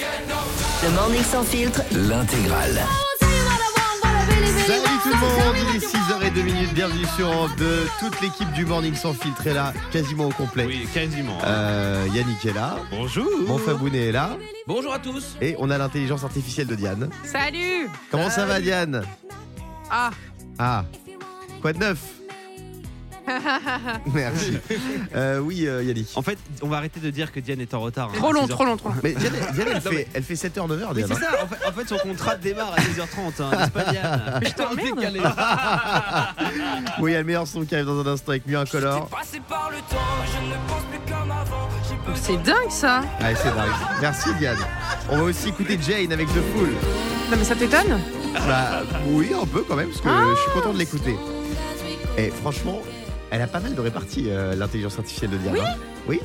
Le morning sans filtre. L'intégrale. Ah, Salut tout le monde, il est 6h02 minutes, bienvenue sur Europe 2. Toute l'équipe du Morning sans filtre est là, quasiment au complet. Oui, quasiment. Euh, Yannick est là, Bonjour. mon Fabounet est là, Bonjour à tous. et on a l'intelligence artificielle de Diane. Salut Comment ça va Diane Ah, Ah, quoi de neuf Merci. Euh, oui euh, Yannick. En fait, on va arrêter de dire que Diane est en retard. hein, trop à long, 6 heures. trop long, trop long. Mais Diane, Diane, elle, fait, elle fait 7h, 9h Mais Diane. hein. c'est ça, en fait, en fait, son contrat démarre à 16h30, hein, n'est-ce pas Diane Je t'emmerde. Décalé. hein. Oui, il y a le meilleur son qui arrive dans un instant avec Mieux Incolore. C'est dingue ça Allez, c'est dingue. Merci Diane. On va aussi écouter Jane avec The Fool. Non mais ça t'étonne Bah oui, un peu quand même, parce que je suis content de l'écouter. Et franchement, elle a pas mal de réparties, euh, l'intelligence artificielle de Diane. hein. Oui.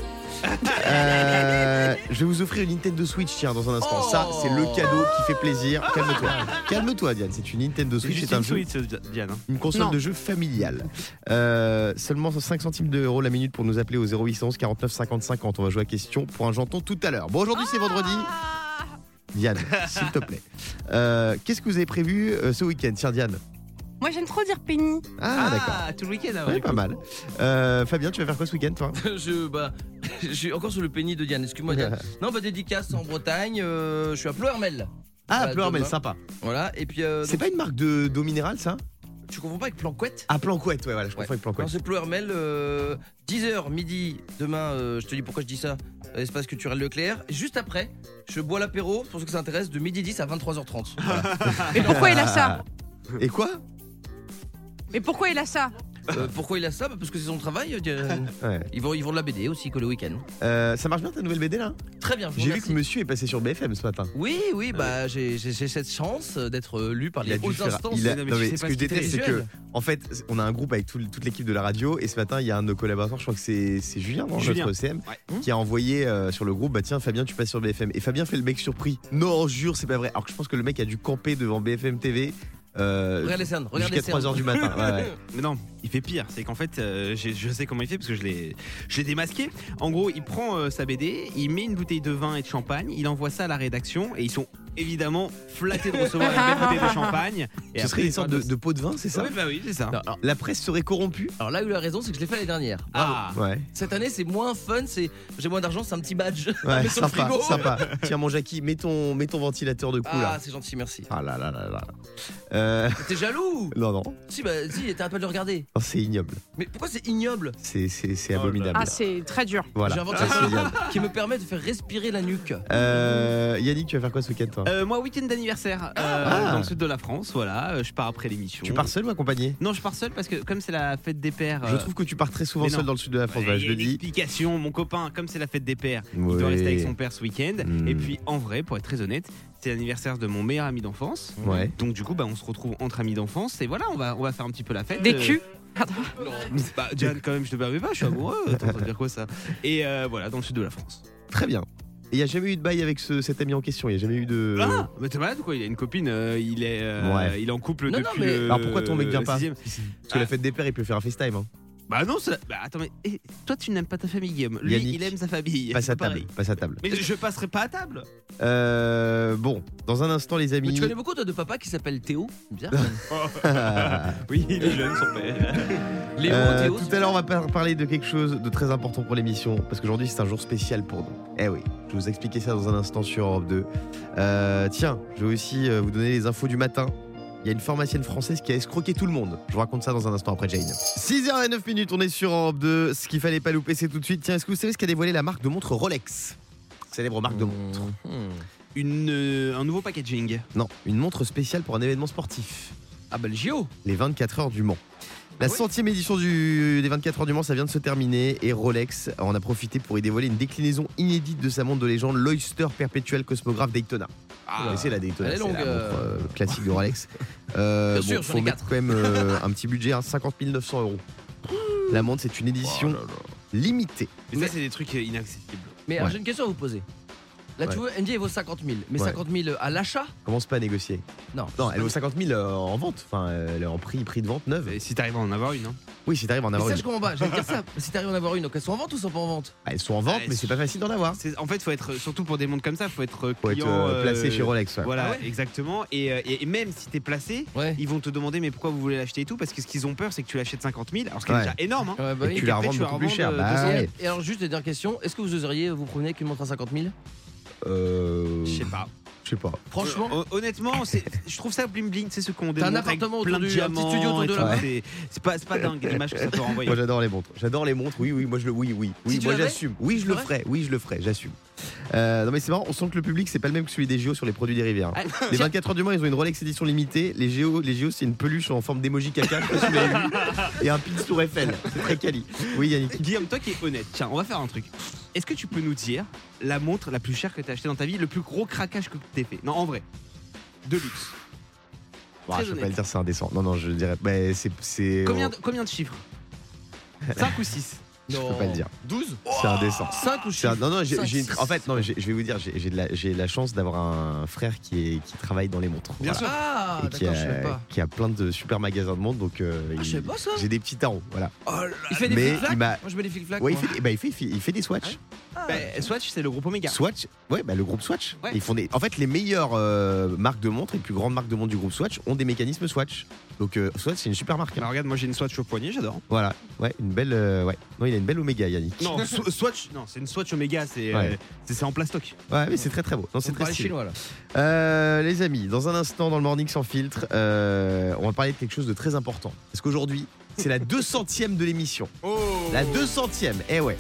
Euh, je vais vous offrir une Nintendo Switch, tiens, dans un instant. Ça, c'est le cadeau qui fait plaisir. Calme-toi. Calme-toi, Diane. C'est une Nintendo C'est Switch, juste c'est un une jeu. suite, Diane. hein. Une console Non. de jeu familiale. Euh, seulement 5 centimes d'euros la minute pour nous appeler au 0811 49 50 50. On va jouer à question pour un janton tout à l'heure. Bon, aujourd'hui, c'est vendredi. Diane, s'il te plaît. Euh, Qu'est-ce que vous avez prévu euh, ce week-end Tiens, Diane. Moi j'aime trop dire Penny. Ah, d'accord. tout le week-end. Ouais, pas mal. Euh, Fabien, tu vas faire quoi ce week-end, toi je, bah, je suis encore sur le pénis de Diane. Excuse-moi. Diane. non, bah dédicace en Bretagne. euh, je suis à Ploermel. Ah, Bah, Pleurmel, demain. sympa. Voilà. Et puis, euh, C'est pas une marque de- d'eau minérale, ça donc, tu confonds pas avec Planquette Ah, Planquette, ouais, voilà, je confonds Ouais. avec Planquette. Non, c'est Ploermel. 10h midi demain. euh, je te dis pourquoi je dis ça. euh, Espace culturel Leclerc. Et juste après, je bois l'apéro pour ceux que ça intéresse de midi 10 à 23h30. Voilà. Ah. Mais pourquoi il a Ah. ça Et quoi Mais pourquoi il a Ah, ça Euh, pourquoi il a ça Bah, Parce que c'est son travail. euh, Diane. Ouais. ils vont, ils vont de la BD aussi que le week-end. Euh, Ça marche bien ta nouvelle BD, là Très bien. je vous J'ai vu remercie. que monsieur est passé sur BFM ce matin. Oui, oui, bah j'ai j'ai- j'ai cette chance euh, d'être euh, lu par Il les a dû hautes faire. instances. il a- euh, non, mais non, je mais sais ce pas que je ce qu'il fait, déteste, c'est que. visuel. En fait, on a un groupe avec tout- toute l'équipe de la radio. Et ce matin, il y a un de nos collaborateurs, je crois que c'est c'est Julien, non, Julien. notre CM, Ouais. qui a envoyé euh, sur le groupe Bah tiens, Fabien, tu passes sur BFM. Et Fabien fait le mec surpris. Non, jure, c'est pas vrai. Alors que je pense que le mec a dû camper devant BFM TV. euh, Regarde les cernes, regarde Jusqu'à les cernes. 3h du matin. Ouais, ouais. Mais non, il fait pire. C'est qu'en fait, euh, j'ai- je sais comment il fait parce que je l'ai je l'ai démasqué. En gros, il prend euh, sa BD, il met une bouteille de vin et de champagne, il envoie ça à la rédaction et ils sont évidemment flattés de recevoir une belle bouteille de champagne. Et Ce après, serait ils une sorte de, de pot de vin, c'est ça Oui, bah oui, c'est ça. Non. La presse serait corrompue Alors là où il a raison, c'est que je l'ai fait l'année dernière. Bravo. Ah, Ouais, Cette année, c'est moins fun, c'est j'ai moins d'argent, c'est un petit badge. ouais, Mais sur sympa, le frigo. sympa. Tiens, mon Jackie, mets ton, mets ton ventilateur de cou Ah, là. c'est gentil, merci. Ah là là là là. Euh, T'es jaloux non, non, Si, bah si, t'arrêtes pas de le regarder. non, c'est ignoble. Mais pourquoi c'est ignoble C'est- C'est c'est Oh là. abominable. Ah c'est très dur. Voilà. J'ai inventé Ah, ça. c'est ignoble. Qui me permet de faire respirer la nuque. Euh, Yannick, tu vas faire quoi ce week-end toi Euh, moi, week-end d'anniversaire euh, Ah. dans le sud de la France, voilà. euh, Je pars après l'émission. Tu pars seul ou accompagné Non, je pars seul parce que comme c'est la fête des pères. Je euh, trouve que tu pars très souvent mais non. Bah, seul dans le sud de la France, ouais, voilà, il y je a le une dis. Explication, mon copain, comme c'est la fête des pères, il doit Ouais. rester avec son père ce week-end. Hmm. Et puis, en vrai, pour être très honnête, c'est l'anniversaire de mon meilleur ami d'enfance. Ouais. Donc du coup, bah, on se retrouve entre amis d'enfance et voilà, on va, on va faire un petit peu la fête. Des Euh, culs Bah, Diane, quand même, je te permets pas, je suis amoureux. Attends, ça veut dire quoi ça Et euh, voilà, dans le sud de la France. Très bien. Et il n'y a jamais eu de bail avec ce- cet ami en question, il n'y a jamais eu de. Ah, mais t'es malade ou quoi Il a une copine, euh, il est, euh, Euh. Ouais. il est en couple Non, non, depuis. mais- le Alors pourquoi ton mec vient pas Euh, sixième. Ah. Parce que la fête des pères, il peut faire un FaceTime. Hein. Bah non, c'est la- bah, attends, mais eh, toi tu n'aimes pas ta famille, Guillaume. Lui, Yannick, il aime sa famille. Passe à C'est table. pareil. Passe à table. Mais je, je passerai pas à table. Euh, bon, dans un instant, les Mais amis. tu connais beaucoup toi de papa qui s'appelle Théo Bizarre. Euh, Oui, il est jeune, son père. Léo, Euh, Théo. tout à l'heure, on va par- parler de quelque chose de très important pour l'émission, parce qu'aujourd'hui, c'est un jour spécial pour nous. Eh oui, je vais vous expliquer ça dans un instant sur Europe 2. Euh, tiens, je vais aussi euh, vous donner les infos du matin. Il y a une pharmacienne française qui a escroqué tout le monde. Je vous raconte ça dans un instant après Jane. 6h09 minutes, on est sur Europe 2. Ce qu'il fallait pas louper, c'est tout de suite. Tiens, est-ce que vous savez ce qu'a dévoilé la marque de montre Rolex Célèbre marque de montre. Hmm. Une, euh, un nouveau packaging. Non, une montre spéciale pour un événement sportif. Ah bah le JO. les 24 heures du Mans. La Ah ouais centième édition du- des 24 heures du Mans, ça vient de se terminer et Rolex en a profité pour y dévoiler une déclinaison inédite de sa montre de légende, l'Oyster Perpetual Cosmographe Daytona. Vous Ah, connaissez la Daytona, elle est c'est longue, la montre euh. euh, classique de Rolex. Euh, Bien sûr, j'en ai faut mettre quatre. quand même euh, un petit budget, hein, 50 900 euros. La montre, c'est une Oh édition limitée. Mais ça, c'est des trucs euh, inaccessibles. Mais alors, Ouais. j'ai une question à vous poser. Là, tu vois, ND, elle vaut 50 000. Mais Ouais. 50 000 à l'achat Commence pas à négocier. Non. Non, elle vaut 50 000 euh, en vente. Enfin, euh, elle est en prix, prix de vente neuve. Et si t'arrives à en avoir une, hein. Oui, si t'arrives à en Mais avoir ça, une. je comprends pas. J'allais dire ça. Si t'arrives à en avoir une, donc elles sont en vente ou sont pas en vente Ah, Elles sont en vente, Ah, mais c'est pas facile d'en avoir. C'est- En fait, faut être surtout pour des montres comme ça, faut être Faut être client euh, euh, placé chez Rolex. ouais. Voilà, Ah ouais exactement. Et, euh, et- et même si t'es placé, Ouais. ils vont te demander mais pourquoi vous voulez l'acheter et tout parce que ce qu'ils ont peur c'est que tu l'achètes 50 000 alors ce qui est Ouais. déjà énorme. hein. Ouais, bah Et oui. tu la qu'après, revends tu la beaucoup plus revendes, cher. euh, Bah deux Et- ouais. Et alors, juste la dernière question est-ce que vous oseriez vous promener avec une montre à 50 000 Euh, Je sais pas. Je sais pas. Franchement, Hon- Euh, honnêtement, c'est- je trouve ça bling bling, c'est ce qu'on T'as un démontre avec appartement autour plein de du- un petit diamants studio autour et de tout. la main. C'est- C'est pas, c'est pas dingue l'image que ça peut renvoyer. Moi j'adore les montres. J'adore les montres. Oui, oui, moi je le oui, oui. Oui, Si tu moi l'avais, j'assume. Oui, tu je le l'aurais ferai. Oui, je le ferai, j'assume. Euh, non mais c'est marrant, on sent que le public c'est pas le même que celui des JO sur les produits dérivés. hein. Ah, Les 24 heures du mois, ils ont une Rolex édition limitée. Les JO, les JO c'est une peluche en forme d'emoji caca, je sais pas si vous l'avez vu. Et un pin tour Eiffel. C'est très quali. Oui, Yannick. Guillaume, toi qui es honnête, tiens, on va faire un truc. Est-ce que tu peux nous dire la montre la plus chère que t'as achetée dans ta vie, le plus gros craquage que t'es fait Non, en vrai. De luxe. Ouah, je vais pas honnête. le dire, c'est indécent. Non, non, je dirais. Bah, c'est. c'est- Combien de, combien de chiffres 5 ou 6 Euh, Je non. peux pas le dire. 12 oh, C'est indécent. 5 ou C'est un- 6 non, non, j'ai, Cinq, j'ai- six. en fait, non, mais j'ai- je vais vous dire, j'ai, j'ai de la, j'ai la chance d'avoir un frère qui, est, qui travaille dans les montres. Bien sûr. Ah, et euh, qui d'accord, je savais a, pas. qui a plein de super magasins de monde. Donc, euh, Ah, je il- savais pas ça. Oh j'ai des petits tarots. Voilà. Il fait des mais flic-flacs il m'a- Moi, je mets des flic-flacs. Ouais, il moi. fait, eh ben, il, fait, il, fait, il fait des Swatch. Ah. Bah, Swatch, c'est le groupe Omega. Swatch, ouais, bah, le groupe Swatch. Ouais. Ils font des, en fait, les meilleures euh, marques de montres, les plus grandes marques de montres du groupe Swatch ont des mécanismes Swatch. Donc, euh, Swatch, c'est une super marque. hein. Alors regarde, moi j'ai une Swatch au poignet, j'adore. Voilà. Ouais, une belle. euh, ouais. Non, il a une belle Omega, Yannick. Non, Sw- Swatch, non, c'est une Swatch Omega, c'est euh, Ouais. c'est c'est en plastoc. Ouais, mais c'est très très beau. Non, c'est On très parle stylé. Ah, chinois là. Euh, les amis, dans un instant, dans le Morning sans filtre, euh, on va parler de quelque chose de très important. Parce qu'aujourd'hui, c'est la 200e de l'émission. Oh La 200e, eh ouais.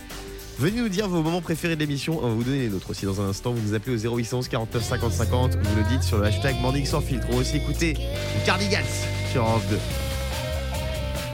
Venez nous dire vos moments préférés de l'émission, on va vous donner les nôtres aussi dans un instant. Vous nous appelez au 0811 49 50 50, vous le dites sur le hashtag Morning sans filtre. On va aussi écouter les Cardigans sur Europe 2.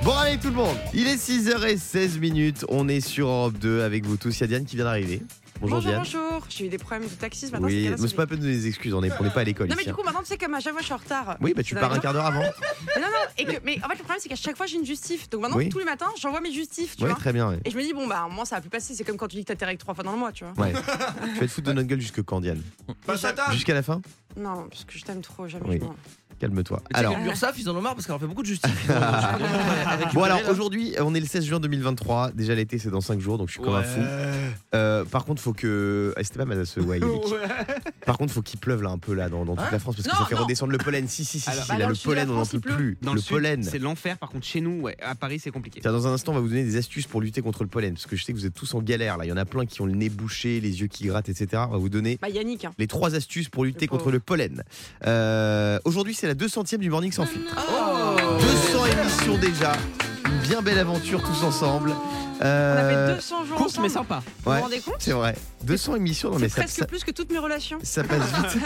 Bon allez tout le monde, il est 6h16 minutes, on est sur Europe 2 avec vous tous. Il y a Diane qui vient d'arriver. Bonjour, bonjour, Diane. bonjour. J'ai eu des problèmes de taxi ce matin. c'est oui, mais c'est catastrophique. pas la peine de donner des excuses, on n'est on n'est pas à l'école Non, mais ici, du hein. coup, maintenant, tu sais, comme à chaque fois, je suis en retard. Oui, bah tu Ça pars va un être- quart d'heure avant. Mais non, non, et que, mais en fait, le problème, c'est qu'à chaque fois, j'ai une justif. Donc maintenant, Oui. tous les matins, j'envoie mes justifs, tu Ouais, vois. très bien. Ouais. Et je me dis, bon, bah, à un moment, ça va plus passer. C'est comme quand tu dis que t'atterris que trois fois dans le mois, tu vois. Ouais. tu vas te foutre de notre gueule jusque quand, Diane Jusqu'à la fin Non, non, parce que je t'aime trop, jamais. Oui. je m'en- Calme-toi. Alors, Alors, Ah. l'URSAF, ils en ont marre parce qu'on leur fait beaucoup de justice. Ils ont- ils ont- bon, alors aujourd'hui, on est le 16 juin 2023. Déjà, l'été, c'est dans 5 jours, donc je suis comme un fou. Euh, par contre, faut que. Ah, C'était pas mal à ce ouais, Yannick. Par contre, faut qu'il pleuve là un peu là dans, dans toute Hein la France parce que Non, ça fait non. redescendre le pollen. Si, si, si, Alors, si, bah, là, dans le le sud de la pollen, on n'en France, peut il pleut. plus. Dans le le, sud, pollen. c'est l'enfer. Par contre, chez nous, ouais, à Paris, c'est compliqué. Tiens, dans un instant, on va vous donner des astuces pour lutter contre le pollen parce que je sais que vous êtes tous en galère là. Il y en a plein qui ont le nez bouché, les yeux qui grattent, etc. On va vous donner Bah, Yannick, hein. les trois astuces pour lutter Le pauvre. contre le pollen. Euh, Aujourd'hui, c'est la 200e du Morning sans filtre. Oh 200 émissions déjà. Une bien belle aventure tous ensemble. On Euh, avait 200 jours. Course, mais ensemble. sympa. Vous ouais, vous rendez compte C'est vrai. 200 émissions, non Oh, mais C'est ça, presque ça, plus que toutes mes relations. ça passe vite.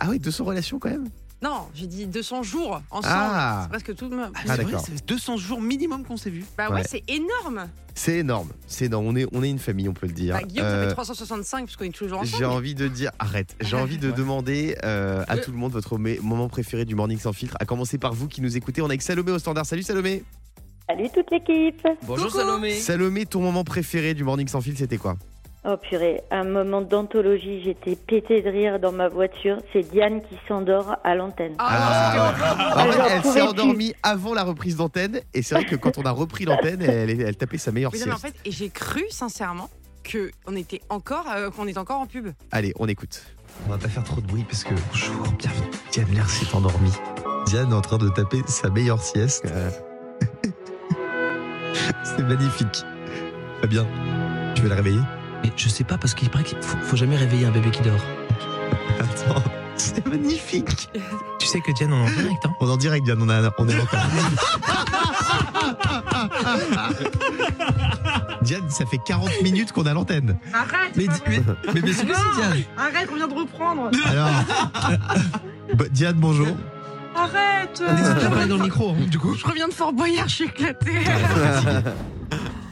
Ah oui, 200 relations quand même Non, j'ai dit 200 jours ensemble. Ah. C'est presque toutes mes. Ah, C'est vrai, d'accord. c'est 200 jours minimum qu'on s'est vu. Bah ouais, Ouais. c'est énorme. C'est énorme. C'est énorme. On est, on est une famille, on peut le dire. Bah, Guillaume, ça Euh, fait 365 parce qu'on est toujours ensemble. j'ai envie de dire, arrête, j'ai envie de demander euh, à Ouais. tout le monde votre mé- moment préféré du Morning sans filtre, à commencer par vous qui nous écoutez. On est avec Salomé au standard. Salut Salomé Salut toute l'équipe Bonjour Coucou. Salomé. Salomé, ton moment préféré du Morning sans filtre, c'était quoi Oh purée, un moment d'anthologie, j'étais pété de rire dans ma voiture. C'est Diane qui s'endort à l'antenne. Ah, non, c'était horrible. En fait, Alors, elle pouvais-tu s'est endormie avant la reprise d'antenne et c'est vrai que quand on a repris l'antenne, elle, elle tapait sa meilleure Mais non, mais en sieste. fait, et j'ai cru sincèrement que on était encore, euh, qu'on est encore en pub. Ah, Allez, on écoute. On va pas faire trop de bruit parce que bonjour, bienvenue. Diane Lair s'est endormie. Diane est en train de taper sa meilleure sieste. Euh. c'est magnifique. Fabien, tu veux la réveiller Mais je sais pas parce qu'il paraît qu'il faut, faut jamais réveiller un bébé qui dort. Attends, c'est magnifique. Tu sais que Diane en est direct, hein On est en direct, Diane, on, a, on est en Diane, ça fait 40 minutes qu'on a l'antenne. Arrête, Mais dis- mais, mais, mais c'est possible, Diane arrête, on vient de reprendre. Alors, Bo- Diane, bonjour. Arrête. N'hésite pas à parler dans le micro, hein, du coup. Je reviens de Fort Boyard, je suis éclatée.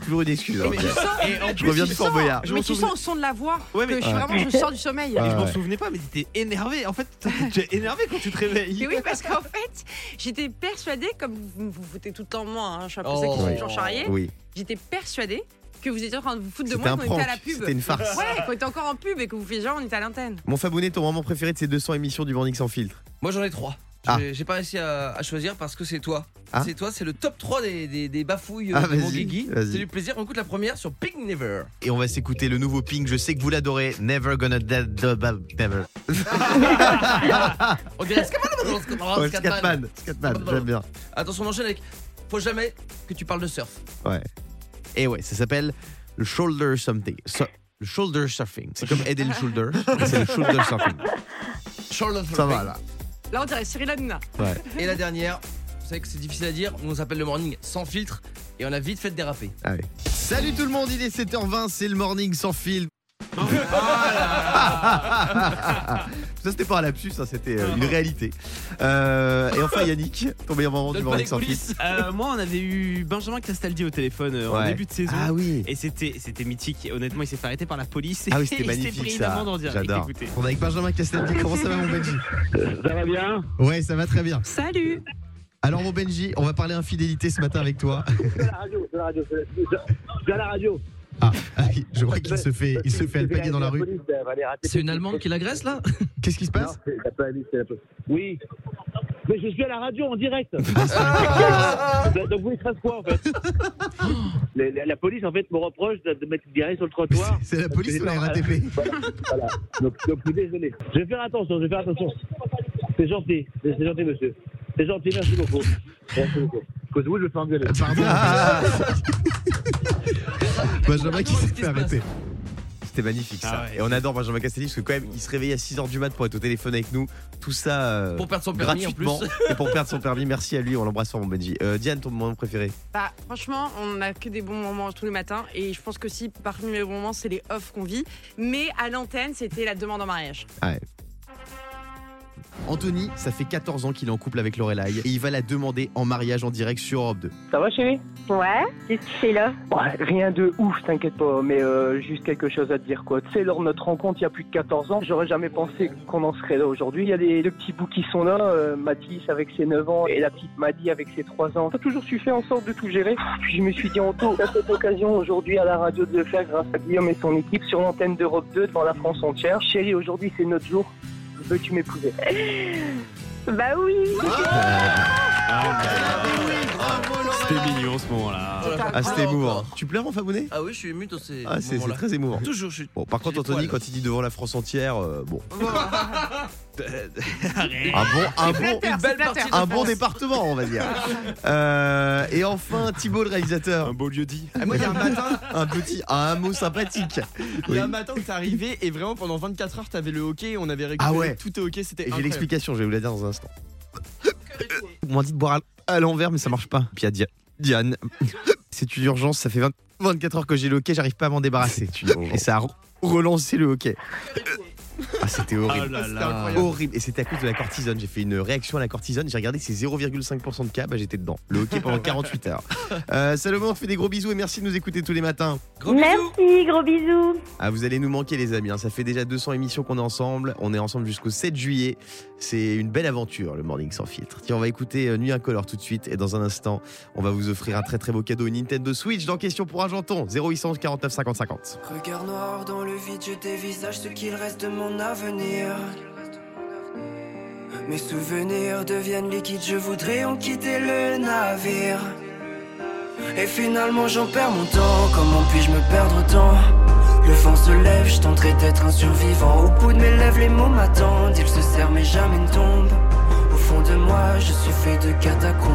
Toujours une excuse. hein. Ah, Mais tu sens, Et en Je plus, reviens hein. tu du Fort sens- Boyard. Je mais m'en tu souviens. sens au son de la voix Ouais, mais- que je suis Ouais. vraiment, je sors du sommeil. Ah. je m'en ouais. souvenais pas, mais t'étais énervé. En fait, t'étais énervé quand tu te réveilles. Et oui, parce qu'en fait, j'étais persuadée, comme vous vous foutez tout le temps de moi, hein, je suis un peu Oh. ça qui Oui. suis toujours charriée, Oui, j'étais persuadée que vous étiez en train de vous foutre de c'était moi un quand on était prank, à la pub. c'était une farce. Ouais, qu'on était encore en pub et que vous faites genre on était à l'antenne. Mon Fabonnet, ton moment préféré de ces 200 émissions du Morning sans filtre Moi j'en ai trois. Ah. J'ai- J'ai pas réussi à, à choisir parce que c'est toi. Ah. C'est toi, c'est le top 3 des, des, des bafouilles Ah, euh, de mon vas-y, Guigui. vas-y. C'est du plaisir. On écoute la première sur Pink Never. Et on va s'écouter le nouveau Pink. Je sais que vous l'adorez. Never gonna dead. Never. On dirait Scatman, Scatman, Ouais, Scatman. Oh, Scatman. Scatman, j'aime bien. Attention, on enchaîne avec. Faut jamais que tu parles de surf. Et ouais, ça s'appelle le shoulder something. So- le shoulder surfing. C'est comme aider le shoulder. mais C'est le shoulder surfing. Charles Lafleur. Ça va là. Là, on dirait Cyril Hanouna. Ouais. Et la dernière, vous savez que c'est difficile à dire, on s'appelle le morning sans filtre et on a vite fait de déraper. Allez. Salut tout le monde, il est 7h20, c'est le morning sans fil. Ah, Ça c'était pas un lapsus, ça c'était euh, une réalité. Euh, et enfin Yannick, ton meilleur moment du Donne pas les morning sans fil. coulisses. Euh, moi, on avait eu Benjamin Castaldi au téléphone euh, en Ouais. début de saison. Ah oui. Et c'était, c'était mythique. Et honnêtement, il s'est fait arrêter par la police. Ah Et oui, c'était Il s'est magnifique pris une ça. amende en direct. J'adore. Écoutez. On est avec Benjamin Castaldi. Comment ça va mon Benji Ça va bien Ouais, ça va très bien. Salut Alors mon Benji, on va parler infidélité ce matin avec toi. C'est à la radio, c'est à la radio. C'est à la radio. Ah, je crois qu'il se fait, il se fait alpaguer dans la rue. C'est une Allemande qui l'agresse là Qu'est-ce qui se Non, passe c'est la police, c'est la police. Oui. Mais je suis à la radio en direct. Donc vous voulez faire quoi en fait la, la- la police en fait me reproche de, de m'être garé sur le trottoir. C'est la police ou la RATP Voilà. Donc, donc, je suis désolé. Je vais faire attention, je vais faire attention. C'est gentil, c'est c'est gentil monsieur. C'est gentil, merci beaucoup. Merci beaucoup. Cause vous, je vais faire engueuler. Pardon. Ah. Benjamin qui s'est fait arrêter. C'était magnifique ça. Ah ouais. Et on adore Benjamin Castelli parce que quand même il se réveillait à 6h du mat pour être au téléphone avec nous. Tout ça euh, Pour perdre son permis en plus. gratuitement et pour perdre son permis. Merci à lui, on l'embrasse fort mon Benji. Euh, Diane, ton moment préféré Bah, franchement, on n'a que des bons moments tous les matins. Et je pense que si, parmi les bons moments, c'est les offs qu'on vit. Mais à l'antenne, c'était la demande en mariage. Anthony, ça fait 14 ans qu'il est en couple avec Lorelai et il va la demander en mariage en direct sur Europe 2. Ça va chérie Ouais, qu'est-ce que tu fais là Ouais, Rien de ouf, t'inquiète pas, mais euh, juste quelque chose à te dire quoi. Tu sais, lors de notre rencontre il y a plus de 14 ans, j'aurais jamais pensé qu'on en serait là aujourd'hui. Il y a les deux petits bouts qui sont là, euh, Mathis avec ses 9 ans et la petite Maddy avec ses 3 ans. T'as toujours su faire en sorte de tout gérer. Ah, Puis je me suis dit, Anto, t'as cette occasion aujourd'hui à la radio de le faire grâce à Guillaume et son équipe sur l'antenne d'Europe 2 devant la France entière. Chérie, aujourd'hui c'est notre jour. Veux-tu m'épouser Bah oui Ah, Ah, C'était mignon ce moment-là. Oh là là. Ah, c'était Alors, émouvant. encore. Tu pleures, enfin, Bonnet Ah oui, je suis ému dans ces Ah, c'est c'est moments-là. très émouvant. Toujours, je suis. Bon, par contre, J'ai Anthony, les poils. quand il dit devant la France entière, euh, bon. Euh, Arrête. Un bon, un bon, Une belle partie de un bon France. département, on va dire. Euh, et enfin, Thibaut, le réalisateur. beau lieu dit. Ah, moi, il y a un matin, un petit, un mot sympathique. Il y a un Oui. matin où t'es arrivé et vraiment pendant 24 heures t'avais le hockey, on avait récupéré Ah ouais. tout est hockey, c'était Et J'ai incroyable. l'explication, je vais vous la dire dans un instant. On m'a dit de boire à- à l'envers, mais ça marche pas. Puis il y a Dia- Diane. C'est une urgence, ça fait 20 24 heures que j'ai le hockey, j'arrive pas à m'en débarrasser. Et ça a re- relancé le hockey. Ah, c'était horrible. là C'était incroyable. Horrible. Et c'était à cause de la cortisone. J'ai fait une réaction à la cortisone. J'ai regardé, c'est 0,5% de cas. Bah, j'étais dedans. Le hockey pendant 48 heures. Euh, Salomon, on fait des gros bisous et merci de nous écouter tous les matins. Gros bisous. Merci, gros bisous Ah, vous allez nous manquer, les amis. hein. Ça fait déjà 200 émissions qu'on est ensemble. On est ensemble jusqu'au 7 juillet. C'est une belle aventure, le Morning Sans Filtre. Tiens, on va écouter euh, Nuit Incolore tout de suite. Et dans un instant, on va vous offrir un très très beau cadeau, une Nintendo Switch dans Question pour un janton. 0800 49 50 50. Regard noir dans le vide, je dévisage ce qu'il reste de mon avenir. Mes souvenirs deviennent liquides, je voudrais en quitter le navire. Et finalement j'en perds mon temps, comment puis-je me perdre tant Le vent se lève, je tenterai d'être un survivant. Au bout de mes lèvres, les mots m'attendent, ils se serrent mais jamais ne tombent. Au fond de moi, je suis fait de catacombes.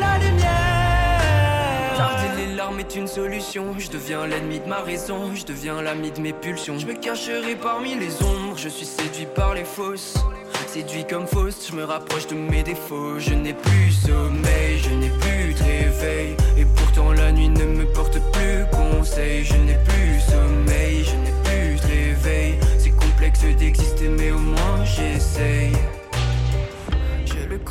la lumière. Tarder les larmes est une solution. Je deviens l'ennemi de ma raison, je deviens l'ami de mes pulsions. Je me cacherai parmi les ombres, je suis séduit par les fausses. Séduit comme fausse, je me rapproche de mes défauts. Je n'ai plus sommeil, je n'ai plus de réveil. Et pourtant la nuit ne me porte plus conseil. Je n'ai plus sommeil, je n'ai plus de réveil. C'est complexe d'exister, mais au moins j'essaye. J'ai le le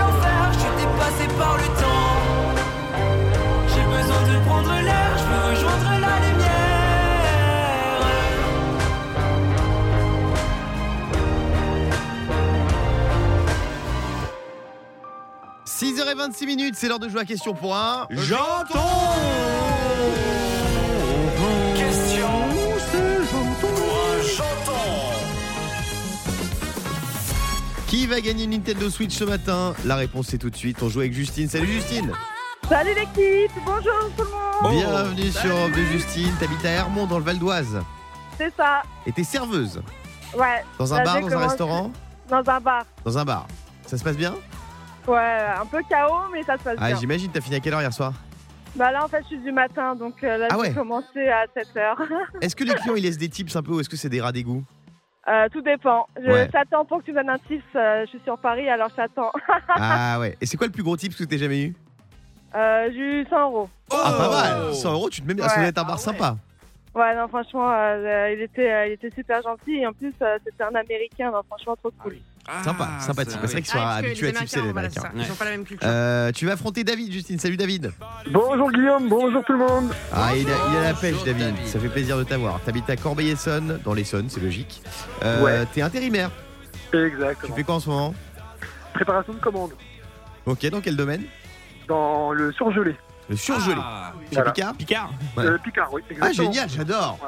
l'enfer. Je suis dépassé par le temps. J'ai besoin de prendre l'air, je veux rejoindre la lumière. h 26 minutes, c'est l'heure de jouer à question pour un. J'entends Question Qui va gagner une Nintendo Switch ce matin La réponse c'est tout de suite. On joue avec Justine. Salut Justine Salut l'équipe, bonjour tout le monde, Bienvenue sur Europe de Justine. T'habites à Hermont dans le Val d'Oise. c'est ça. Et t'es serveuse Ouais. Dans un Là, bar, Bah, j'ai dans un commencé- restaurant Dans un bar. Dans un bar. Ça se passe bien Ouais, un peu chaos, mais ça se passe Ah bien. j'imagine, t'as fini à quelle heure hier soir Bah là, en fait, je suis du matin, donc euh, là, Ah j'ai ouais. commencé à 7h. Est-ce que les clients ils laissent des tips un peu ou est-ce que c'est des rats d'égout Euh, tout dépend. Je Ouais. t'attends pour que tu me donnes un tips. euh, je suis sur Paris, alors j'attends. Ah ouais. Et c'est quoi le plus gros tips que t'aies jamais eu Euh, j'ai eu 100 euros. Ah Oh. pas mal 100 euros, tu te mets bien. Ça Ouais. doit être un bar sympa. Ouais, non, franchement, euh, euh, il, était, euh, il était super gentil. Et en plus, euh, c'était un Américain, donc franchement, trop cool. Ah, Sympa, sympathique. C'est vrai qu'ils Ah, sont habitués à tipser les voilà, c'est Américains. ça. Ils ont pas la même culture. Euh, tu vas affronter David, Justine. Salut David. Bonjour Guillaume, bonjour tout le monde. Ah, il a, il a la pêche, David. Ça fait plaisir de t'avoir. T'habites à Corbeil-Essonne, dans l'Essonne, c'est logique. Euh, Ouais. T'es intérimaire. Exactement. Tu fais quoi en ce moment Préparation de commande Ok, dans quel domaine dans le surgelé. Le surgelé. Chez Voilà. Picard Picard Ouais. Euh, Picard, oui. Ah, exactement. génial, j'adore.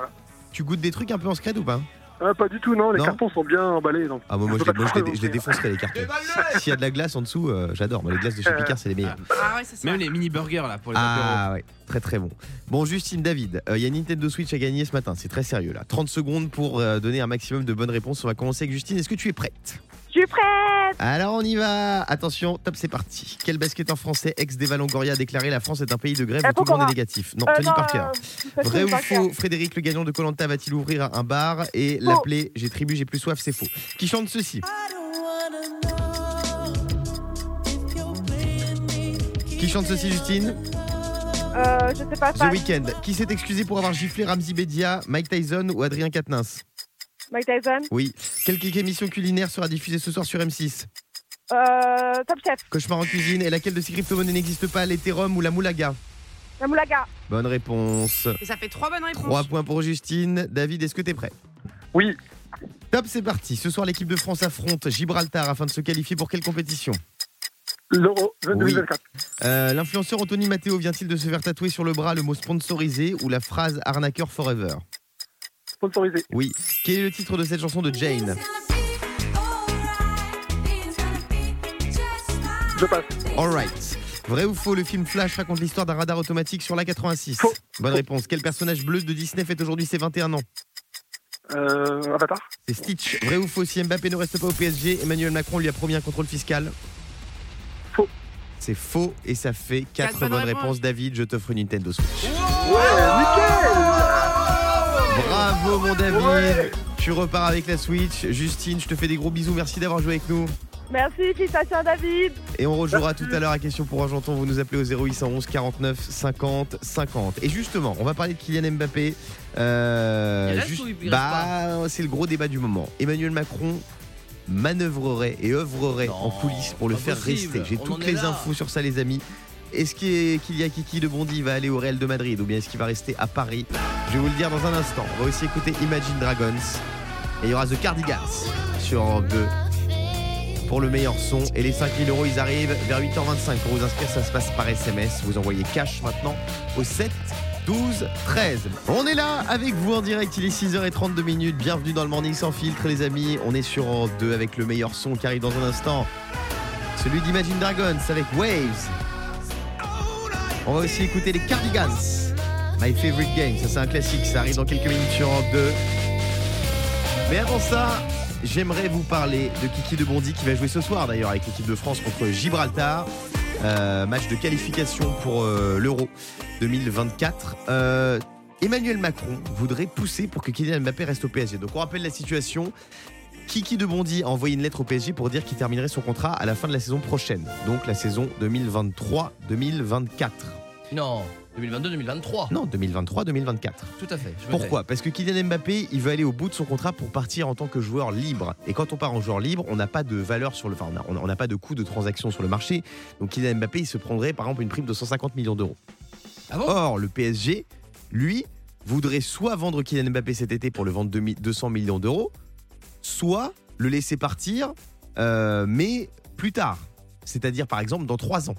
Tu goûtes des trucs un peu en scred ou pas Ah, pas du tout, non, les Non. cartons sont bien emballés. Donc. Ah, moi, moi, Je je, peux les- pas moi, je te les, je les défoncerai, les cartons. S'il y a de la glace en dessous, euh, j'adore. Moi, les glaces de chez Picard, c'est les meilleures. Ah ouais, c'est ça. Même les mini burgers là pour les Ah ouais, très très bon. Bon, Justine, David, euh, il y a Nintendo Switch à gagner ce matin. C'est très sérieux là. 30 secondes pour euh, donner un maximum de bonnes réponses. On va commencer avec Justine. Est-ce que tu es prête Je suis prête Alors on y va. Attention, top, c'est parti. Quel basketteur français ex d'Eva Longoria a déclaré la France est un pays de grève Euh, où tout le monde Pokora. est négatif Non, Euh, Tony Parker. euh, tout ça, Vrai Tony ou Parker. faux, Frédéric le gagnant de Colanta va-t-il ouvrir un bar et Oh. l'appeler J'ai tribu, j'ai plus soif, c'est faux. Qui chante ceci Qui chante ceci, Justine Euh, je sais pas, The Fab. Weeknd. Qui s'est excusé pour avoir giflé Ramzi Bedia, Mike Tyson ou Adrien Quatennens Mike Tyson. Oui. Quelle émission culinaire sera diffusée ce soir sur M6 Euh, Top Chef. Cauchemar en cuisine. Et laquelle de ces crypto-monnaies n'existe pas L'Ethereum ou la Moulaga La Moulaga. Bonne réponse. Et ça fait trois bonnes réponses. 3 points pour Justine. David, est-ce que t'es prêt Oui. Top, c'est parti. Ce soir, l'équipe de France affronte Gibraltar afin de se qualifier pour quelle compétition L'euro Oui. 2024. Euh, L'influenceur Anthony Matteo vient-il de se faire tatouer sur le bras le mot sponsorisé ou la phrase arnaqueur forever Sponsorisé. Oui. Quel est le titre de cette chanson de Jane Je passe. Alright. Vrai ou faux, le film Flash raconte l'histoire d'un radar automatique sur la 86 Faux. Bonne réponse. Quel personnage bleu de Disney fait aujourd'hui ses 21 ans Euh, Avatar. C'est Stitch. Vrai ou faux, si Mbappé ne reste pas au PSG, Emmanuel Macron lui a promis un contrôle fiscal Faux. C'est faux et ça fait 4 bonnes bonnes réponses. réponses. David, je t'offre une Nintendo Switch. Ouais, Bravo mon David Ouais. Tu repars avec la Switch. Justine, je te fais des gros bisous. Merci d'avoir joué avec nous. Merci, félicitations David. Et on rejouera tout à l'heure à question pour un janton. Vous nous appelez au 0811 49 50 50. Et justement, on va parler de Kylian Mbappé. Euh, Il reste ou il reste bah, c'est le gros débat du moment. Emmanuel Macron manœuvrerait et œuvrerait Non, en coulisses pour le pas faire possible. rester. J'ai On en toutes les est là. infos sur ça, les amis. Est-ce qu'il- qu'il y a Kiki de Bondy va aller au Real de Madrid ou bien est-ce qu'il va rester à Paris Je vais vous le dire dans un instant. On va aussi écouter Imagine Dragons et il y aura The Cardigans sur Europe 2. pour le meilleur son. Et les 5000 euros, ils arrivent vers 8h25. Pour vous inscrire, ça se passe par SMS. Vous envoyez cash maintenant au 7 12 13. On est là avec vous en direct, il est 6h32 minutes. Bienvenue dans le Morning Sans Filtre, les amis. On est sur Europe 2 avec le meilleur son qui arrive dans un instant. Celui d'Imagine Dragons avec Waves. On va aussi écouter les Cardigans. My favorite game, ça c'est un classique, ça arrive dans quelques minutes sur Europe 2. Mais avant ça, j'aimerais vous parler de Kiki de Bondy qui va jouer ce soir d'ailleurs avec l'équipe de France contre Gibraltar. Euh, match de qualification pour euh, l'Euro 2024. Euh, Emmanuel Macron voudrait pousser pour que Kylian Mbappé reste au PSG. Donc on rappelle la situation. Kiki de Bondy a envoyé une lettre au PSG pour dire qu'il terminerait son contrat à la fin de la saison prochaine, donc la saison 2023-2024. Non, 2022-2023. Non, 2023-2024. Tout à fait. je me Pourquoi Parce que Kylian Mbappé, il veut aller au bout de son contrat pour partir en tant que joueur libre. Et quand on part en joueur libre, on n'a pas de valeur sur le. Enfin, on n'a- on n'a pas de coût de transaction sur le marché. Donc Kylian Mbappé, il se prendrait par exemple une prime de 150 millions d'euros. Or, le PSG, lui, voudrait soit vendre Kylian Mbappé cet été pour le vendre 2000 200 millions d'euros, soit le laisser partir, euh, mais plus tard. C'est-à-dire, par exemple, dans trois ans.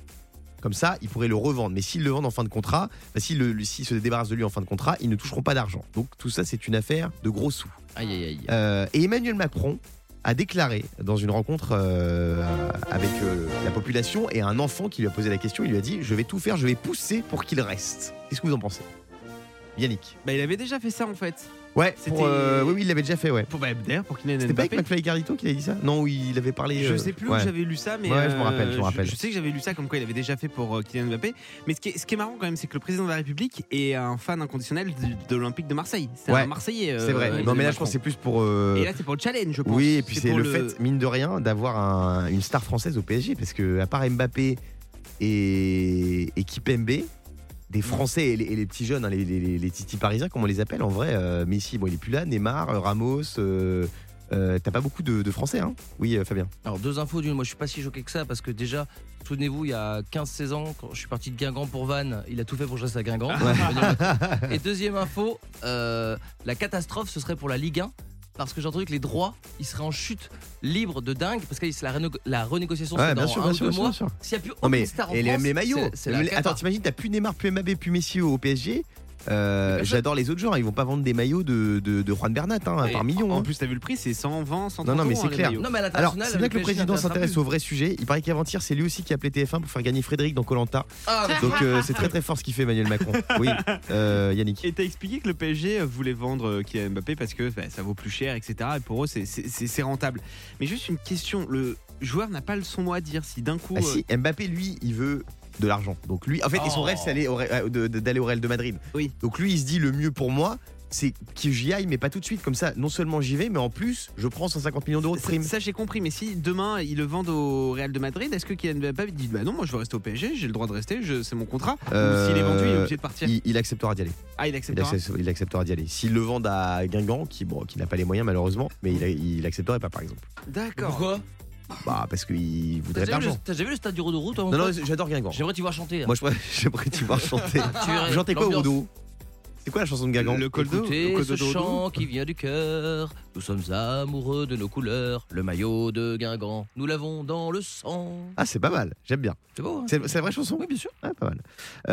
Comme ça, ils pourraient le revendre. Mais s'ils le vendent en fin de contrat, bah, s'ils le- s'ils se débarrassent de lui en fin de contrat, ils ne toucheront pas d'argent. Donc tout ça, c'est une affaire de gros sous. Aïe, aïe, aïe. Euh, et Emmanuel Macron a déclaré dans une rencontre euh, avec euh, la population et un enfant qui lui a posé la question, il lui a dit Je vais tout faire, je vais pousser pour qu'il reste. Qu'est-ce que vous en pensez Yannick Bah, il avait déjà fait ça en fait. Ouais, C'était- pour, euh, oui, oui, il l'avait déjà fait, ouais. Pour, bah, D'ailleurs, pour Kylian C'était pas avec Mbappé. McFly et Carlito qu'il a dit ça Non, il avait parlé. Je euh, sais plus ouais. où j'avais lu ça, mais Ouais, je me rappelle, euh, je me rappelle. Je, sais que j'avais lu ça comme quoi il avait déjà fait pour euh, Kylian Mbappé. Mais ce qui est, ce qui est marrant quand même, c'est que le président de la République est un fan inconditionnel de, de l'Olympique de Marseille. C'est Ouais, un Marseillais. euh, c'est vrai. Emmanuel non, mais là, je Macron. pense que c'est plus pour. euh, Et là, c'est pour le challenge, je pense. Oui, et puis c'est pour le, fait, mine de rien, d'avoir un- une star française au PSG, parce que à part Mbappé et, et Kipembe, des Français et les, et les petits jeunes, hein, les, les, les- les titis parisiens, comme on les appelle, en vrai, euh, Messi, bon, il est plus là, Neymar, euh, Ramos, euh, euh, t'as pas beaucoup de, de Français, hein Oui, euh, Fabien. Alors deux infos d'une, moi je suis pas si choqué que ça parce que déjà, souvenez-vous, il y a 15-16 ans, quand je suis parti de Guingamp pour Vannes, il a tout fait pour que je reste à Guingamp. Et deuxième info, euh, la catastrophe ce serait pour la Ligue 1 parce que j'ai entendu que les droits, ils seraient en chute libre de dingue parce que la, renégo- la renégociation Ouais, c'est bien dans sûr, un bien ou sûr, deux bien mois. sûr. S'il n'y a plus Non, aucune mais star en et les, France, les maillots. c'est- c'est la Mais cata. Attends, t'imagines, t'as plus Neymar, plus Mbappé, plus Messi au PSG. Euh, J'adore les autres gens, ils vont pas vendre des maillots de, de, de Juan Bernat hein, par million. En hein. plus, t'as vu le prix, c'est 120, 130 Non, non, mais euros, c'est hein, les clair. maillots. Alors, c'est bien que le président s'intéresse au vrai sujet. Il paraît qu'avant-hier, c'est lui aussi qui a appelé TF1 pour faire gagner Frédéric dans Colanta. Ah, mais- Donc, euh, c'est très très fort ce qu'il fait Emmanuel Macron. Oui, euh, Yannick. Et t'as expliqué que le PSG voulait vendre euh, Kylian Mbappé parce que bah, ça vaut plus cher, etc. Et pour eux, c'est- c'est c'est- c'est rentable. Mais juste une question le joueur n'a pas le son mot à dire si d'un coup. euh, Ah si, Mbappé, lui, il veut de l'argent. Donc, lui, en fait, et son Oh. rêve, c'est d'aller au Re- euh, de- de- d'aller au Real de Madrid. Oui. Donc, lui, il se dit le mieux pour moi. C'est que j'y aille, mais pas tout de suite. Comme ça, non seulement j'y vais, mais en plus, je prends 150 millions d'euros de prime. Ça, j'ai compris, mais si demain ils le vendent au Real de Madrid, est-ce que Kylian Mbappé dit bah non, moi je veux rester au PSG, j'ai le droit de rester, je- c'est mon contrat Ou s'il est vendu, il est Euh, obligé de partir Il, il acceptera d'y aller. Ah, il acceptera. Il, accepte- il acceptera d'y aller. S'il le vendent à Guingamp, qui, bon, qui n'a pas les moyens malheureusement, mais il, a- il accepterait pas par exemple. D'accord. Pourquoi Bah parce qu'il voudrait T'as de déjà vu le- l'argent. t'as déjà vu le stade du Rodoroute toi mon Non, non, pote j'adore Guingamp. J'aimerais t'y voir chanter. Moi, je pourrais- j'aimerais t'y voir chanter. Tu verrais Vous Chantez quoi, Ah, l'ambiance. Odo C'est quoi la chanson de Guingamp Le Coldo Écoutez ce chant qui vient du cœur. Nous sommes amoureux de nos couleurs. Le maillot de Guingamp, nous l'avons dans le sang. Ah, c'est pas mal, j'aime bien. C'est beau, hein C'est c'est la vraie chanson Oui, bien sûr. Ah, pas mal.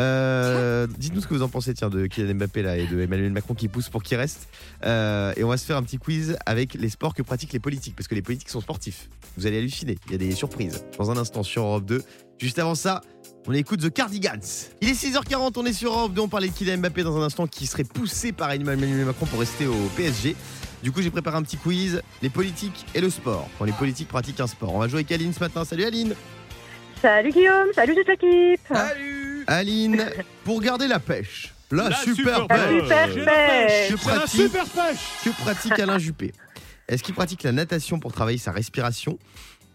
Euh, Dites-nous ce que vous en pensez, tiens, de Kylian Mbappé là, et de Emmanuel Macron qui pousse pour qu'il reste. Euh, et on va se faire un petit quiz avec les sports que pratiquent les politiques, parce que les politiques sont sportifs. Vous allez halluciner, il y a des surprises. Dans un instant sur Europe 2. Juste avant ça, on écoute The Cardigans. Il est 6h40, on est sur Europe 2, on parlait de Kylian Mbappé dans un instant qui serait poussé par Emmanuel Macron pour rester au PSG. Du coup, j'ai préparé un petit quiz, les politiques et le sport. Quand les politiques pratiquent un sport. On va jouer avec Aline ce matin. Salut Aline Salut Guillaume, salut toute l'équipe. Ah, Aline, pour garder la pêche, la, super, pêche. pêche, La super pêche. que C'est la pratique, super que pratique Alain Juppé Est-ce qu'il pratique la natation pour travailler sa respiration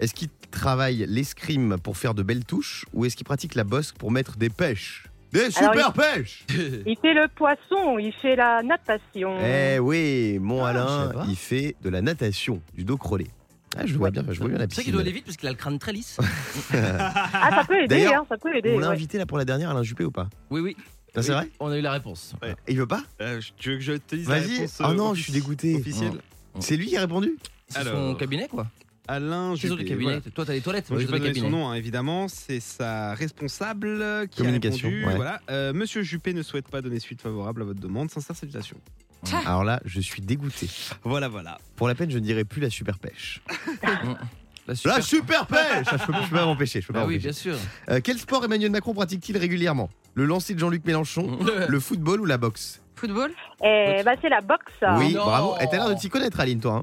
Est-ce qu'il travaille l'escrime pour faire de belles touches Ou est-ce qu'il pratique la bosse pour mettre des pêches Des Alors, super pêches Il fait le poisson, il fait la natation. Eh oui, mon je Alain, savais pas. il fait de la natation, du dos crawlé. Ah, je vois bien, je vois bien la C'est vrai qu'il piscine. doit aller vite parce qu'il a le crâne très lisse. Ah, ça peut aider, D'ailleurs, hein, ça peut aider. On l'a ouais. invité là pour la dernière, Alain Juppé ou pas Oui, oui. Ah, c'est vrai On a eu la réponse. Il veut pas Tu veux que Euh, je te dise la Vas-y. réponse, Ah euh, non, offici- je suis dégoûté. officielle C'est lui qui a répondu C'est son cabinet, quoi. Alain Ciseaux euh, du Juppé, cabinet. voilà. Toi, t'as les toilettes. Moi, moi, j'ai pas j'ai des donné son cabinets. nom, hein, évidemment. C'est sa responsable euh, qui Communication, a répondu. ouais. Voilà. Euh, Monsieur Juppé ne souhaite pas donner suite favorable à votre demande. Sincère salutation. Alors là, je suis dégoûté. Voilà, voilà. Pour la peine, je ne dirai plus la super pêche. la super, pêche Ah, Je peux, je peux pas m'empêcher. je peux Bah pas oui, m'empêcher. bien sûr. Euh, quel sport Emmanuel Macron pratique-t-il régulièrement Le lancer de Jean-Luc Mélenchon, le football ou la boxe Football Eh bah c'est la boxe. Oui, bravo. Et t'as l'air de t'y connaître, Aline, toi. hein.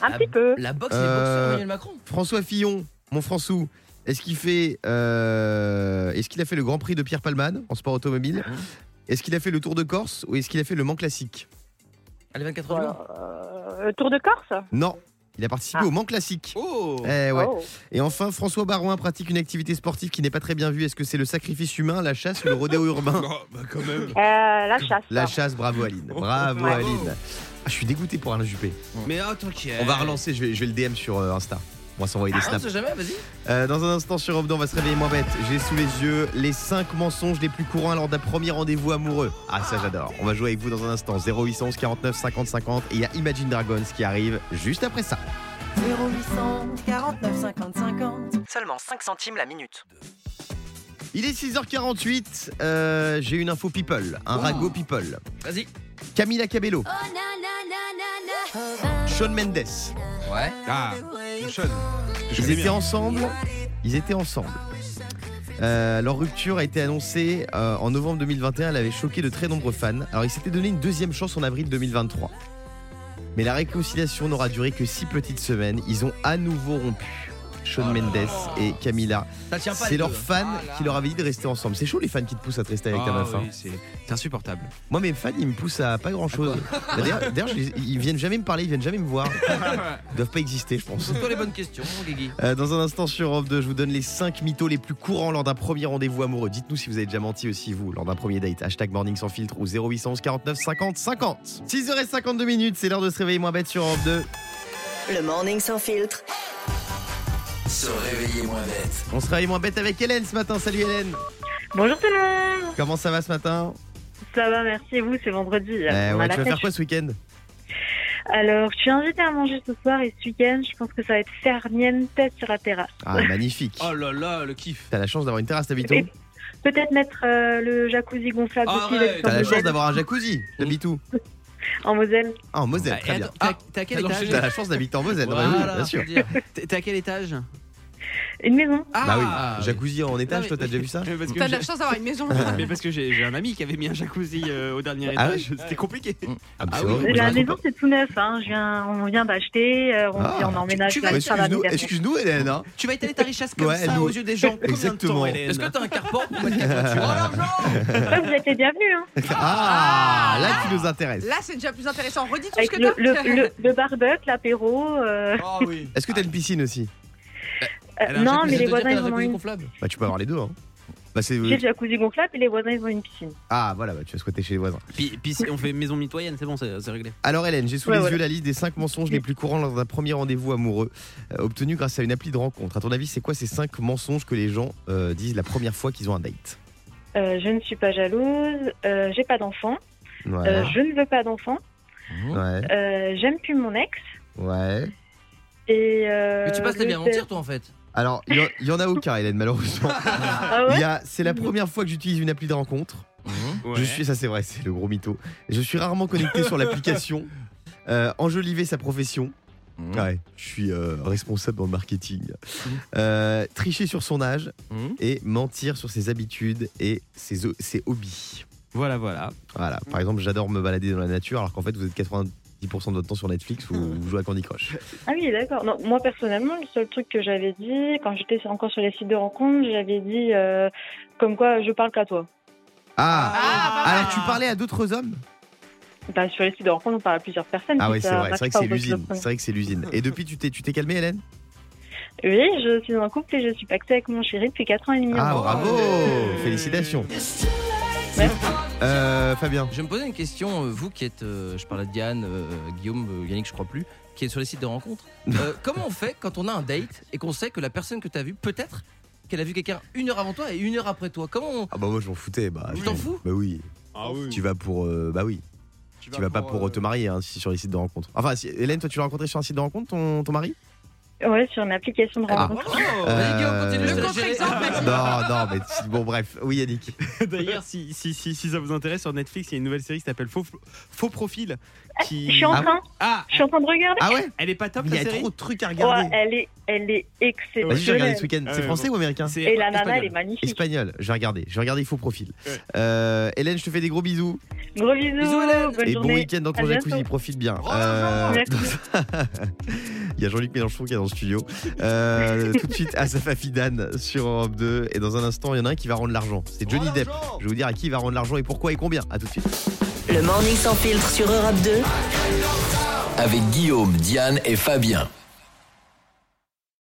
Un petit peu. La boxe, Euh, Macron. François Fillon, mon François, est-ce qu'il fait, euh, est-ce qu'il a fait le Grand Prix de Pierre Palman en sport automobile Est-ce qu'il a fait le Tour de Corse ou est-ce qu'il a fait le Mans Classique Allez, 24 heures. Euh, Tour de Corse Non, il a participé au Mans Classique. Eh ouais. Oh. Et enfin, François Barouin pratique une activité sportive qui n'est pas très bien vue. Est-ce que c'est le sacrifice humain, la chasse ou le rodéo urbain Oh, bah, quand même. Euh, la chasse. La chasse, bravo Aline. Bravo Bravo. Aline. Ah, je suis dégoûté pour Alain Juppé. Mais oh, t'inquiète. On va relancer, je vais, je vais le DM sur euh, Insta. On va s'envoyer des Ah, on snaps. sait jamais, vas-y. Euh, dans un instant sur Europe 2, on va se réveiller moins bête. J'ai sous les yeux les 5 mensonges les plus courants lors d'un premier rendez-vous amoureux. Ah ça j'adore. On va jouer avec vous dans un instant. 0811 49 50 50 et il y a Imagine Dragons qui arrive juste après ça. 0800 49 50 50. Seulement 5 centimes la minute. Il est 6h48. euh, J'ai une info people, Oh. un ragot people. Vas-y. Camila Cabello, Sean Mendes. Ouais. Ah, Ils étaient ensemble. Ils étaient ensemble. Euh, leur rupture a été annoncée euh, en novembre 2021. Elle avait choqué de très nombreux fans. Alors, ils s'étaient donné une deuxième chance en avril 2023. Mais la réconciliation n'aura duré que six petites semaines. Ils ont à nouveau rompu. Sean Mendes et Camila. Ça tient pas, C'est les leurs deux. hein. fans qui leur avaient dit de rester ensemble. C'est chaud les fans qui te poussent à te rester avec ta Ah meuf. hein. oui, c'est c'est insupportable. Moi, mes fans, ils me poussent à pas grand chose. D'ailleurs, d'ailleurs, je les- ils viennent jamais me parler, ils viennent jamais me voir. Ils doivent pas exister, je pense. Pose-toi les bonnes questions, Guigui. Euh, dans un instant sur Europe 2, je vous donne les 5 mythos les plus courants lors d'un premier rendez-vous amoureux. Dites-nous si vous avez déjà menti aussi, vous, lors d'un premier date. Hashtag morning sans filtre ou 0811 49 50 50. 6h52 minutes, c'est l'heure de se réveiller moins bête sur Europe 2. Le morning sans filtre. Se réveiller moins bête. On se réveille moins bête avec Hélène ce matin. Salut Hélène. Bonjour tout le monde. Comment ça va ce matin Ça va, merci. Et vous, c'est vendredi. Eh on a la ouais, Tu vas pêche. faire quoi ce week-end Alors, je suis invitée à manger ce soir et ce week-end, je pense que ça va être faire mienne tête sur la terrasse. Ah, magnifique. Oh là là, le kiff. T'as la chance d'avoir une terrasse, t'habites Et où Peut-être mettre euh, le jacuzzi gonflable aussi le- T'as la chance d'avoir un jacuzzi, t'habites où en Moselle. Ah, en Moselle, Bah, Ah, très et bien. attends, t'as- t'as quel alors, étage T'as la chance d'habiter en Moselle, Voilà, bah oui, bien sûr. faut dire. T'es t'es à quel étage Une maison. Ah, bah oui, jacuzzi en étage, oui. Ah toi t'as déjà vu ça Parce que T'as de la j'ai- chance d'avoir une maison. Mais parce que j'ai j'ai un ami qui avait mis un jacuzzi euh, au dernier Ah étage. C'était compliqué. Ah, bah, Ah c'est oui. horrible. la maison, c'est tout neuf. Hein. Je viens, on vient d'acheter, euh, on, Ah, on emménage tu- la tu- ça va Excuse-nous, l'année dernière. excuse-nous, Hélène. hein. Tu vas étaler ta richesse comme Ouais, ça nous- aux yeux des gens. Combien Exactement. de temps, Hélène Est-ce que t'as un carport pour mettre ta voiture Oh, l'argent Après, vous êtes les bienvenus. Hein. Ah, là tu nous intéresses. Là, c'est déjà plus intéressant. Redis tout ce Avec que le, t'as. le, le, le barbecue, l'apéro. euh, Ah oui. Est-ce que t'as une piscine aussi euh, Elle a un non, mais jacuzzi, les ça veut dire voisins, qu'elle ils a un en ont jacuzzi une. gonflable. Bah tu peux avoir les deux. Hein. Bah, c'est- J'ai le jacuzzi gonflable et les voisins, ils ont une piscine. Ah voilà, bah, tu vas squatter chez les voisins. Puis, puis on fait maison mitoyenne, c'est bon, c'est c'est réglé. Alors Hélène, j'ai sous Ouais, les voilà. yeux la liste des 5 mensonges les plus courants lors d'un premier rendez-vous amoureux euh, obtenu grâce à une appli de rencontre. À ton avis, c'est quoi ces 5 mensonges que les gens euh, disent la première fois qu'ils ont un date Euh, je ne suis pas jalouse, euh, j'ai pas d'enfant, Ouais, euh, je ne veux pas d'enfant, ouais, euh, j'aime plus mon ex. ouais. Et, euh, Mais tu passes je les bien à sais- mentir, toi, en fait. Alors, il y en- il y en a aucun Hélène malheureusement. Ah Il ouais y a- C'est la première fois que j'utilise une appli de rencontre. Mmh. Je suis, ça c'est vrai, c'est le gros mytho. Je suis rarement connecté sur l'application. Euh, enjoliver sa profession. Ouais, je suis euh, responsable en marketing. Euh, tricher sur son âge Mhm. et mentir sur ses habitudes et ses, ho- ses hobbies. Voilà, voilà. Voilà, par exemple, j'adore me balader dans la nature alors qu'en fait vous êtes 90% de votre temps sur Netflix ou vous jouez à Candy Crush. Ah oui, d'accord. Non, Moi, personnellement, le seul truc que j'avais dit, quand j'étais encore sur les sites de rencontres, j'avais dit euh, comme quoi je parle qu'à toi. Ah, Alors tu parlais à d'autres hommes Bah, sur les sites de rencontres, on parle à plusieurs personnes. Ah puis oui, c'est ça vrai, c'est marche vrai que pas c'est au bout de l'usine. deux C'est vrai que c'est l'usine. Et depuis tu t'es tu t'es calmée Hélène secondes. Oui, je suis en couple et je suis pactée avec mon chéri depuis 4 ans et demi. Ah bravo Félicitations Euh, Fabien Je me posais une question, euh, vous qui êtes, euh, je parle à Diane, euh, Guillaume, euh, Yannick, je crois plus, qui est sur les sites de rencontres. Euh, comment on fait quand on a un date et qu'on sait que la personne que t'as vue, peut-être qu'elle a vu quelqu'un une heure avant toi et une heure après toi Comment on... Ah bah moi je m'en foutais. Bah, Tu je- t'en fous Bah oui. Ah Tu vas pour. euh, bah oui. euh, Tu vas, pas pour euh, te marier hein, si sur les sites de rencontres. Enfin, si- Hélène, toi tu l'as rencontré sur un site de rencontre ton, ton mari Ouais, sur une application de Ah. rencontre. Oh Euh, Non, non, mais si- bon, bref. Oui, Yannick. D'ailleurs, si, si, si, si ça vous intéresse, sur Netflix, il y a une nouvelle série qui s'appelle Faux, Faux Profil. Qui... Je suis en train. Ah, Je suis en train de regarder. Elle est pas top Il y la a série trop de trucs à Ouais, elle est, elle est exceptionnelle. Vas-y, j'ai regardé ce week-end. C'est français ou américain Et la nana, elle est magnifique. Espagnol, j'ai regardé. J'ai regardé Faux Profil. Euh, Hélène, je te fais des gros bisous. Gros bisous. bonne Et journée. bon week-end dans À ton bientôt. jacuzzi, profite bien. Euh, Merci. Il y a Jean-Luc Mélenchon qui est dans le studio. Euh, tout de suite, Asaf Afidan sur Europe 2. Et dans un instant, il y en a un qui va rendre l'argent. C'est Johnny Depp. Je vais vous dire à qui il va rendre l'argent et pourquoi et combien. À tout de suite. Le morning sans filtre sur Europe 2. Avec Guillaume, Diane et Fabien.